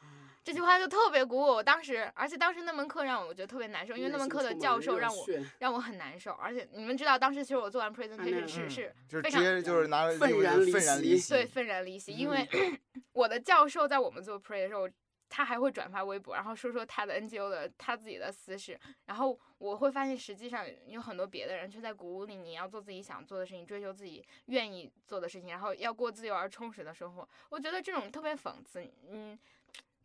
Speaker 1: 啊
Speaker 2: 这句话就特别鼓舞我，当时，而且当时那门课让我觉得特别难受，因为那
Speaker 3: 内
Speaker 2: 门
Speaker 3: 心
Speaker 2: 课的
Speaker 3: 充满
Speaker 2: 教
Speaker 3: 了
Speaker 2: 授
Speaker 3: 热
Speaker 2: 让我
Speaker 3: 血
Speaker 2: 让我很难受，而且你们知道，当时其实我做完
Speaker 1: 嗯
Speaker 2: presentation 是是
Speaker 1: 就是
Speaker 2: 非
Speaker 1: 直
Speaker 2: 常
Speaker 1: 接就是拿了
Speaker 3: 愤
Speaker 1: 就是
Speaker 3: 然离
Speaker 1: 愤然
Speaker 3: 席嗯
Speaker 1: 离席，
Speaker 2: 对愤然离席，因为我的教授在我们做 pre 的时候，他还会转发微博，然后说说他的 NGO 的他自己的私事，然后我会发现实际上有很多别的人却在鼓舞你，你要做自己想做的事情，追求自己愿意做的事情，然后要过自由而充实的生活。我觉得这种特别讽刺，嗯，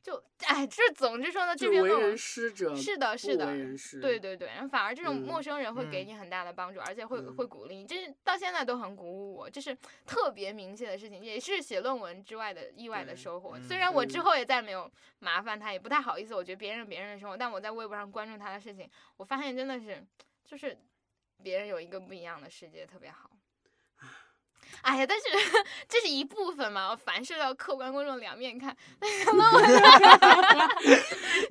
Speaker 2: 就哎，这总之说呢，这
Speaker 3: 就
Speaker 2: 篇
Speaker 3: 为
Speaker 2: 论文
Speaker 3: 人师者
Speaker 2: 是的，是
Speaker 3: 不
Speaker 2: 的
Speaker 3: 为，人师，
Speaker 2: 对对对，然后反而这种
Speaker 3: 嗯
Speaker 2: 陌生人会给
Speaker 1: 嗯
Speaker 2: 你很大的帮助，而且会
Speaker 3: 嗯
Speaker 2: 会鼓励你，这是到现在都很鼓舞我，这是特别明显的事情，也是写论文之外的意外的
Speaker 3: 对
Speaker 2: 收获。
Speaker 1: 嗯
Speaker 2: 虽然我
Speaker 3: 是
Speaker 2: 之后也再没有麻烦他，也不太好意思，我觉得别人有别人的生活，但我在微博上关注他的事情，我发现真的是就是别人有一个不一样的世界，特别好。哎呀，但是 这是一部分嘛，凡事要客观公正两面看。
Speaker 3: 嗯 于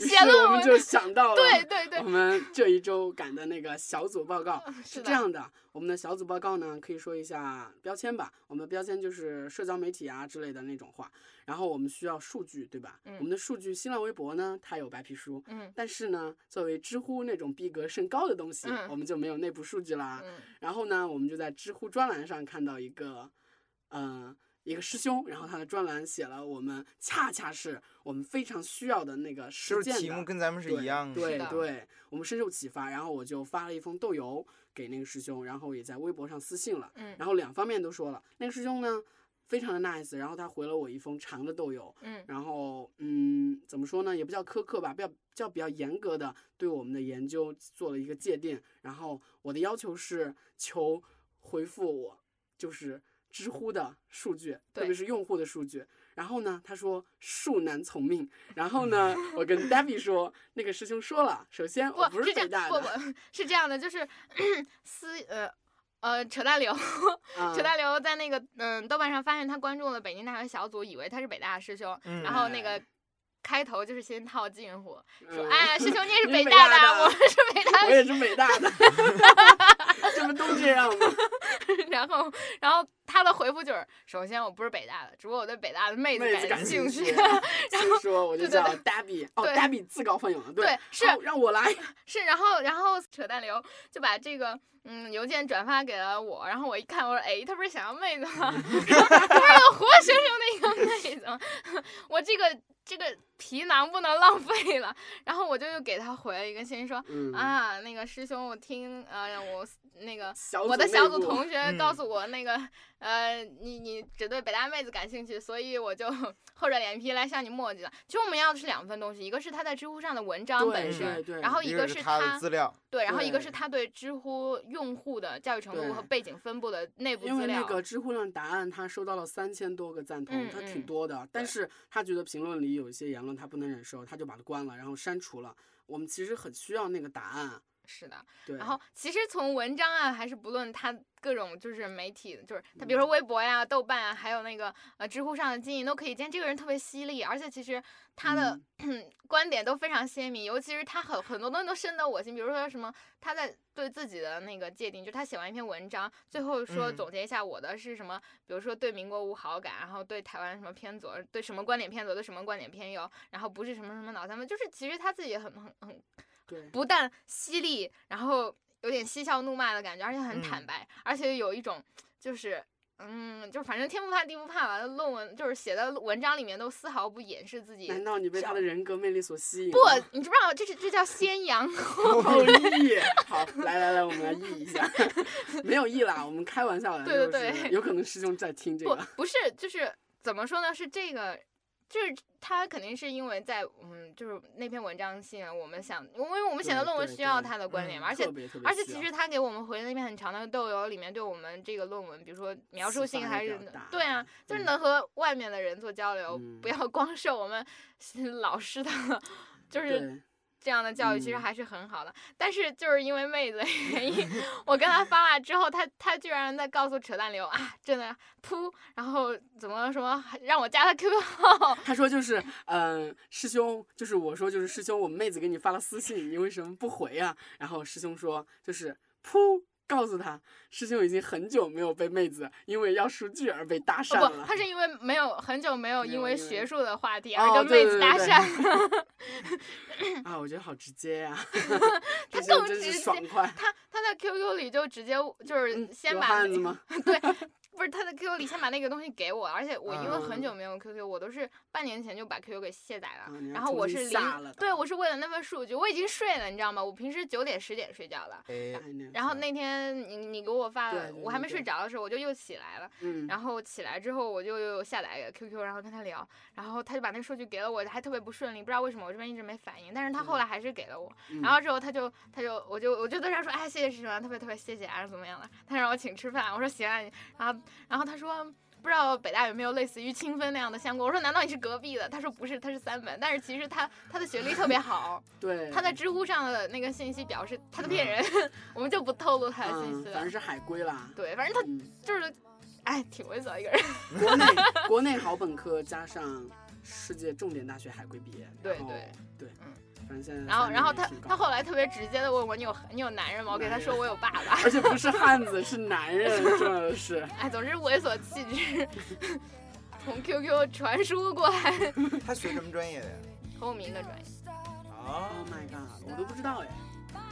Speaker 2: 写
Speaker 3: 是
Speaker 2: 论
Speaker 3: 我们
Speaker 2: 文
Speaker 3: 就想到了，
Speaker 2: 对对对 嗯
Speaker 3: 我，们这一周赶的那个小组报告
Speaker 2: 是
Speaker 3: 是
Speaker 2: 的
Speaker 3: 这样的，我们的小组报告呢，可以说一下标签吧。我们的标签就是社交媒体啊之类的那种话，然后我们需要数据，对吧？
Speaker 2: 嗯
Speaker 3: 我们的数据，新浪微博呢，它有白皮书。
Speaker 2: 嗯
Speaker 3: 但是呢，作为知乎那种逼格甚高的东西，
Speaker 2: 嗯
Speaker 3: 我们就没有内部数据啦。
Speaker 2: 嗯
Speaker 3: 然后呢，我们就在知乎专栏上看到一个，呃，一个师兄，然后他的专栏写了我们恰恰是我们非常需要的那个
Speaker 1: 就
Speaker 3: 实
Speaker 1: 是
Speaker 3: 践
Speaker 1: 题
Speaker 3: 的
Speaker 1: 目跟咱们是
Speaker 3: 对
Speaker 1: 一样的。
Speaker 2: 是
Speaker 3: 对
Speaker 2: 的
Speaker 3: 对，我们深受启发，然后我就发了一封豆油给那个师兄，然后也在微博上私信了，
Speaker 2: 嗯
Speaker 3: 然后两方面都说了。那个师兄呢，非常的 nice，然后他回了我一封长的豆油，
Speaker 2: 嗯
Speaker 3: 然后嗯，怎么说呢，也不叫苛刻吧，比较叫比较严格的对我们的研究做了一个界定。然后我的要求是求回复我，就是知乎的数据，特别
Speaker 2: 对
Speaker 3: 是用户的数据。然后呢，他说恕难从命。然后呢，我跟 Debbie 说，那个师兄说了，首先我
Speaker 2: 不
Speaker 3: 是
Speaker 2: 这
Speaker 3: 北
Speaker 2: 样，
Speaker 3: 大
Speaker 2: 不
Speaker 3: 的，
Speaker 2: 不是这样的，就是 私呃呃扯淡流，
Speaker 3: 啊
Speaker 2: 扯淡流在那个嗯豆瓣上发现他关注了北京大学小组，以为他是北大的师兄，
Speaker 1: 嗯
Speaker 2: 然后那
Speaker 3: 哎
Speaker 2: 个。开头就是先套近乎，说：“
Speaker 3: 嗯
Speaker 2: 哎，师兄，你也是
Speaker 3: 你
Speaker 2: 北
Speaker 3: 是北
Speaker 2: 大
Speaker 3: 大的
Speaker 2: 我 是北大
Speaker 3: 嗯我
Speaker 2: 的。
Speaker 3: 也是北大 的，这不都这样吗？”
Speaker 2: 然后，然后他的回复就是：“首先我不是北大的，只不过我对北大的妹
Speaker 3: 妹子
Speaker 2: 感
Speaker 3: 感
Speaker 2: 兴
Speaker 3: 趣，
Speaker 2: 趣。
Speaker 3: 所以说我就
Speaker 2: 对对
Speaker 3: 叫
Speaker 2: 对
Speaker 3: Debbie，哦
Speaker 2: 对
Speaker 3: ，Debbie 自告奋 勇了，”对，
Speaker 2: 是
Speaker 3: 好让 我来，
Speaker 2: 是，然后然后扯淡流就把这个嗯邮件转发给了我，然后我一看，我说哎，他不是想要妹子吗？ 他不是有活生生的一个妹子吗？ 我这个这个皮囊不能浪费了。然后我就又给他回了一个信说
Speaker 3: 嗯，
Speaker 2: 啊，那个师兄，我听呃我那个。
Speaker 3: 小
Speaker 2: 我的
Speaker 3: 内
Speaker 2: 小组
Speaker 3: 部
Speaker 2: 同学
Speaker 1: 嗯
Speaker 2: 告诉我，那个、呃，你你只对北大妹子感兴趣，所以我就 厚着脸皮来向你墨迹了。其实我们要的是两份东西，一个是他在知乎上的文章
Speaker 3: 对
Speaker 2: 本身，
Speaker 3: 对对
Speaker 2: 然后
Speaker 1: 一
Speaker 2: 个
Speaker 1: 是
Speaker 2: 是
Speaker 1: 他的资 料，
Speaker 2: 对，然后一个是
Speaker 3: 对
Speaker 2: 他对知乎用户的教育程度
Speaker 3: 对
Speaker 2: 和背景分布的内部
Speaker 3: 因
Speaker 2: 资
Speaker 3: 为那
Speaker 2: 料。
Speaker 3: 个知乎上答案，他收到了三千多个赞同，
Speaker 2: 嗯
Speaker 3: 他
Speaker 2: 嗯
Speaker 3: 挺多的。但
Speaker 2: 对
Speaker 3: 是他觉得评论里有一些言论他不能忍受，他就把它关了，然后删除了。我们其实很需要那个答案，
Speaker 2: 是的，
Speaker 3: 对。
Speaker 2: 然后其实从文章啊，还是不论他各种就是媒体，就是他比如说
Speaker 3: 嗯
Speaker 2: 微博呀、豆瓣啊，还有那个呃知乎上的经营，都可以见这个人特别犀利，而且其实他
Speaker 3: 嗯
Speaker 2: 的、观点都非常鲜明，尤其是他很很多东西都深得我心，比如说什么他在对自己的那个界定，就是他写完一篇文章，最后说
Speaker 1: 嗯
Speaker 2: 总结一下我的是什么，比如说对民国无好感，然后对台湾什么偏左，对什么观点偏左，对什么观点偏右，然后不是什么什么脑残粉，就是其实他自己也很很很
Speaker 3: 对，
Speaker 2: 不但犀利，然后有点嬉笑怒骂的感觉，而且很坦
Speaker 1: 嗯
Speaker 2: 白，而且有一种就是。嗯，就反正天不怕地不怕吧，论文就是写的文章里面都丝毫不掩饰自己。
Speaker 3: 难道你被他的人格魅力所吸引？
Speaker 2: 不， 你知不知道这是 这叫先扬 后？
Speaker 3: 后羿，好，来来来，我们来译一下， 没有译啦，我们开玩笑的，
Speaker 2: 对
Speaker 3: 就
Speaker 2: 对
Speaker 3: 是
Speaker 2: 对
Speaker 3: 有可能师兄在听这
Speaker 2: 不
Speaker 3: 个，，
Speaker 2: 不是，就是怎么说呢？是这个，就是他肯定是因为在嗯，就是那篇文章吸引了我们想，因为我们写的
Speaker 3: 对
Speaker 2: 论文
Speaker 3: 对
Speaker 2: 需要
Speaker 3: 对
Speaker 2: 他的观点
Speaker 1: 嗯
Speaker 2: 嘛，而且
Speaker 3: 特别特别
Speaker 2: 而且其
Speaker 3: 需要
Speaker 2: 实他给我们回的那篇很长的豆油里面，对我们这个论文，比如说描述
Speaker 3: 启
Speaker 2: 性
Speaker 3: 发
Speaker 2: 还
Speaker 3: 也
Speaker 2: 是
Speaker 3: 比较
Speaker 2: 能
Speaker 3: 大
Speaker 2: 对啊，就是
Speaker 3: 嗯
Speaker 2: 能和外面的人做交流，
Speaker 3: 嗯
Speaker 2: 不要 光受我们老师的 就是
Speaker 3: 对
Speaker 2: 这样的教育，其实
Speaker 3: 嗯
Speaker 2: 还是很好的。但是就是因为妹子的 原因，我跟他发了之后，他他居然在告诉扯淡流啊，真的噗，然后怎么什么还让我加他 QQ 号，
Speaker 3: 他说就是，嗯、师兄，就是我说就是师兄，我妹子给你发了私信，你为什么不回呀、然后师兄说就是噗，告诉他，师兄已经很久没有被妹子因为要数据而被搭讪
Speaker 2: 哦不，
Speaker 3: 了
Speaker 2: 他。是因为没有很久没有
Speaker 3: 没
Speaker 2: 因
Speaker 3: 有
Speaker 2: 为
Speaker 3: 因为
Speaker 2: 学术的话题而
Speaker 3: 哦
Speaker 2: 跟
Speaker 3: 对
Speaker 2: 妹子
Speaker 3: 对
Speaker 2: 搭
Speaker 3: 对对
Speaker 2: 讪。
Speaker 3: 啊，我觉得好直接呀、
Speaker 2: 他
Speaker 3: 这些
Speaker 2: 更
Speaker 3: 真
Speaker 2: 直接
Speaker 3: 是爽快。
Speaker 2: 他他他在 QQ 里就直接就是
Speaker 3: 嗯
Speaker 2: 先
Speaker 3: 有
Speaker 2: 把、
Speaker 3: 汉子吗？
Speaker 2: 对，不是他在 QQ 里先把那个东西给我，而且我因为很
Speaker 3: 嗯
Speaker 2: 久没用 QQ，我都是半年前就把 QQ 给卸载了
Speaker 3: 啊你。还
Speaker 2: 然后我
Speaker 3: 重
Speaker 2: 是
Speaker 3: 新
Speaker 2: 零
Speaker 3: 下了，
Speaker 2: 对
Speaker 3: 的
Speaker 2: 我是为了那份数据，我已经睡了，你知道吗？我平时九点十点睡觉的。
Speaker 1: 哎，
Speaker 3: 哎那
Speaker 2: 然后那天你你给我发，
Speaker 3: 对对
Speaker 2: 我还
Speaker 3: 对
Speaker 2: 没睡
Speaker 3: 对
Speaker 2: 着的时候，我就又起来了。
Speaker 3: 嗯，
Speaker 2: 然后起来之后，我就又下载了 QQ，然后跟他聊，然后他就把那个数据给了我，还特别不顺利，不知道为什么我这边一直没反应，但是他后来还是给了我，
Speaker 3: 嗯
Speaker 2: 然后之后他就他就我就我就对他说，哎，谢谢什么，特别特别谢谢啊，怎么样了？他让我请吃饭，我说行啊，你然后然后他说。不知道北大有没有类似于清芬那样的香锅？我说难道你是隔壁的？他说不是，他是三本。但是其实他他的学历特别好，
Speaker 3: 对
Speaker 2: 他在知乎上的那个信息表示他在骗人， 我们就不透露他的信
Speaker 3: 嗯，
Speaker 2: 息
Speaker 3: 反正
Speaker 2: 了。
Speaker 3: 是海归啦。
Speaker 2: 对，反正他
Speaker 3: 嗯，
Speaker 2: 就是，哎，挺猥琐一个人。
Speaker 3: 国内 国内好本科加上世界重点大学海归毕业，
Speaker 2: 对
Speaker 3: 然后
Speaker 2: 对
Speaker 3: 对，
Speaker 2: 嗯
Speaker 3: 反正现在
Speaker 2: 然后，
Speaker 3: 三
Speaker 2: 然后
Speaker 3: 年
Speaker 2: 他
Speaker 3: 也挺高
Speaker 2: 他后来特别直接的问我，你有你有男人吗？我给他 说我有爸爸。
Speaker 3: 而且不是汉子，是男人，这是。
Speaker 2: 哎，总之猥琐气质从 QQ 传输过来，
Speaker 1: 他学什么专业的呀？
Speaker 2: 侯明的专业
Speaker 1: 啊
Speaker 3: Oh my god，我都不知道哎。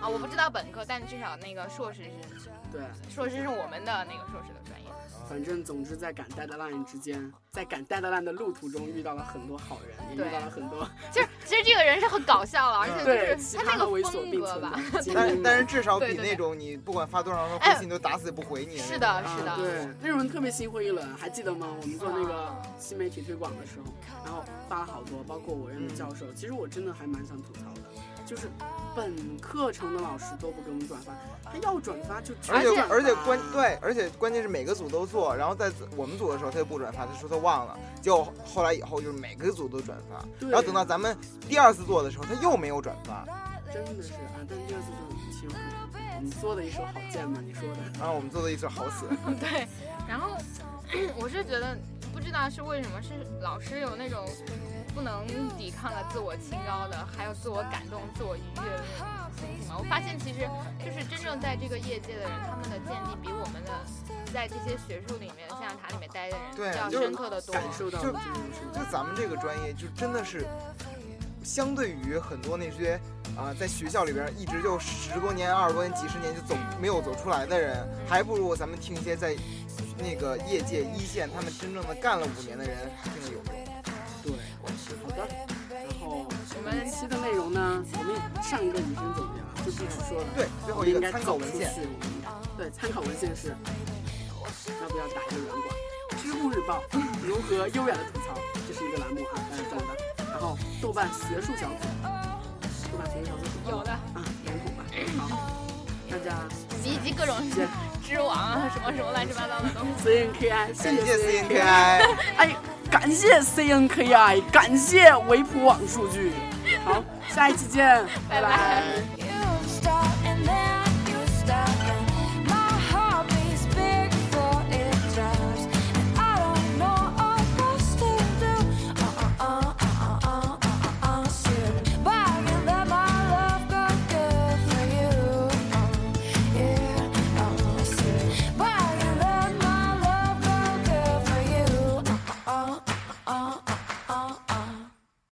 Speaker 2: 啊，我不知道本科，但至少那个硕士是
Speaker 3: 对，
Speaker 2: 硕士是我们的那个硕士的专业。
Speaker 3: 反正总之在赶 deadline 之间，在赶 deadline 的路途中遇到了很多好人，也
Speaker 2: 对
Speaker 3: 遇到了很多
Speaker 2: 其实其实这个人是很搞笑了，而且
Speaker 3: 对
Speaker 2: 就
Speaker 3: 奇
Speaker 2: 是他那
Speaker 3: 葩和
Speaker 2: 个
Speaker 3: 猥
Speaker 2: 风
Speaker 3: 琐并
Speaker 2: 格
Speaker 3: 存
Speaker 2: 吧，
Speaker 3: 的精
Speaker 1: 但
Speaker 3: 英
Speaker 1: 是
Speaker 3: 们。
Speaker 1: 但是至少
Speaker 2: 嗯对
Speaker 1: 比
Speaker 2: 对对
Speaker 1: 那种你不管发多少条
Speaker 2: 哎
Speaker 1: 回信都打死也不回你
Speaker 2: 是
Speaker 1: 那
Speaker 2: 的，
Speaker 1: 种
Speaker 2: 是
Speaker 3: 啊，
Speaker 2: 的，
Speaker 3: 对，那种人特别心灰意冷，还记得吗？我们做那个新媒体推广的时候，然后发了好多，包括我认的教
Speaker 2: 嗯
Speaker 3: 授，其实我真的还蛮想吐槽的，就是本课程的老师都不给我们转发，他要转发就
Speaker 1: 而
Speaker 3: 直
Speaker 1: 且
Speaker 3: 接
Speaker 1: 而且
Speaker 3: 转
Speaker 1: 关
Speaker 3: 发，
Speaker 1: 对，而且关键是每个组都做，然后在我们组的时候他就不转发，他说他忘了。结果后来以后就是每个组都转发，
Speaker 3: 对
Speaker 1: 然后等到咱们第二次做的时候他又没有转发，
Speaker 3: 真的是啊，但第二次就其实我们做的一手好剑嘛，你说的。
Speaker 1: 然后我们做的一次好死。
Speaker 2: 对，然后 我是觉得不知道是为什么，是老师有那种不能抵抗的自我清高的，还有自我感动、自我愉悦的那种心情嘛。我发现其实就是真正在这个业界的人，他们的见地比我们的在这些学术里面、象牙塔里面待的
Speaker 1: 对
Speaker 2: 人要
Speaker 1: 就是
Speaker 2: 深刻的多。
Speaker 3: 感受到
Speaker 1: 就
Speaker 3: 了这种事
Speaker 1: 就
Speaker 3: 情。
Speaker 1: 咱们这个专业，就真的是相对于很多那些啊、在学校里边一直就十多年、二十多年、几十年就走没有走出来的人，还不如咱们听一些在那个业界一线他们真正的干了五年的人听的有用。
Speaker 3: 对，好的。然后
Speaker 2: 我们
Speaker 3: 本期的内容呢，我们上一个已经总结了，就必须说了。
Speaker 1: 对，最
Speaker 3: 我
Speaker 1: 后
Speaker 3: 们
Speaker 1: 一
Speaker 3: 应
Speaker 1: 个
Speaker 3: 该
Speaker 1: 参考
Speaker 3: 走
Speaker 1: 文
Speaker 3: 出
Speaker 1: 献，
Speaker 3: 去我们应该对，参考文献是要不要打一个软管？知乎日报如何优雅的吐槽，这是一个栏目啊，大家知道的。然后豆瓣学术小组，豆瓣学术小组
Speaker 2: 有的
Speaker 3: 啊，脸谱吧。好，大家
Speaker 2: 以及各种
Speaker 3: 见
Speaker 2: 织网啊，什么什么乱七八糟的东西。
Speaker 3: CNKI，
Speaker 1: 感
Speaker 3: 谢
Speaker 1: 谢
Speaker 3: CNKI。
Speaker 1: CNKI。
Speaker 3: 哎，感谢 CNKI，感谢维普网数据。好，下一期见，
Speaker 2: 拜拜
Speaker 3: 拜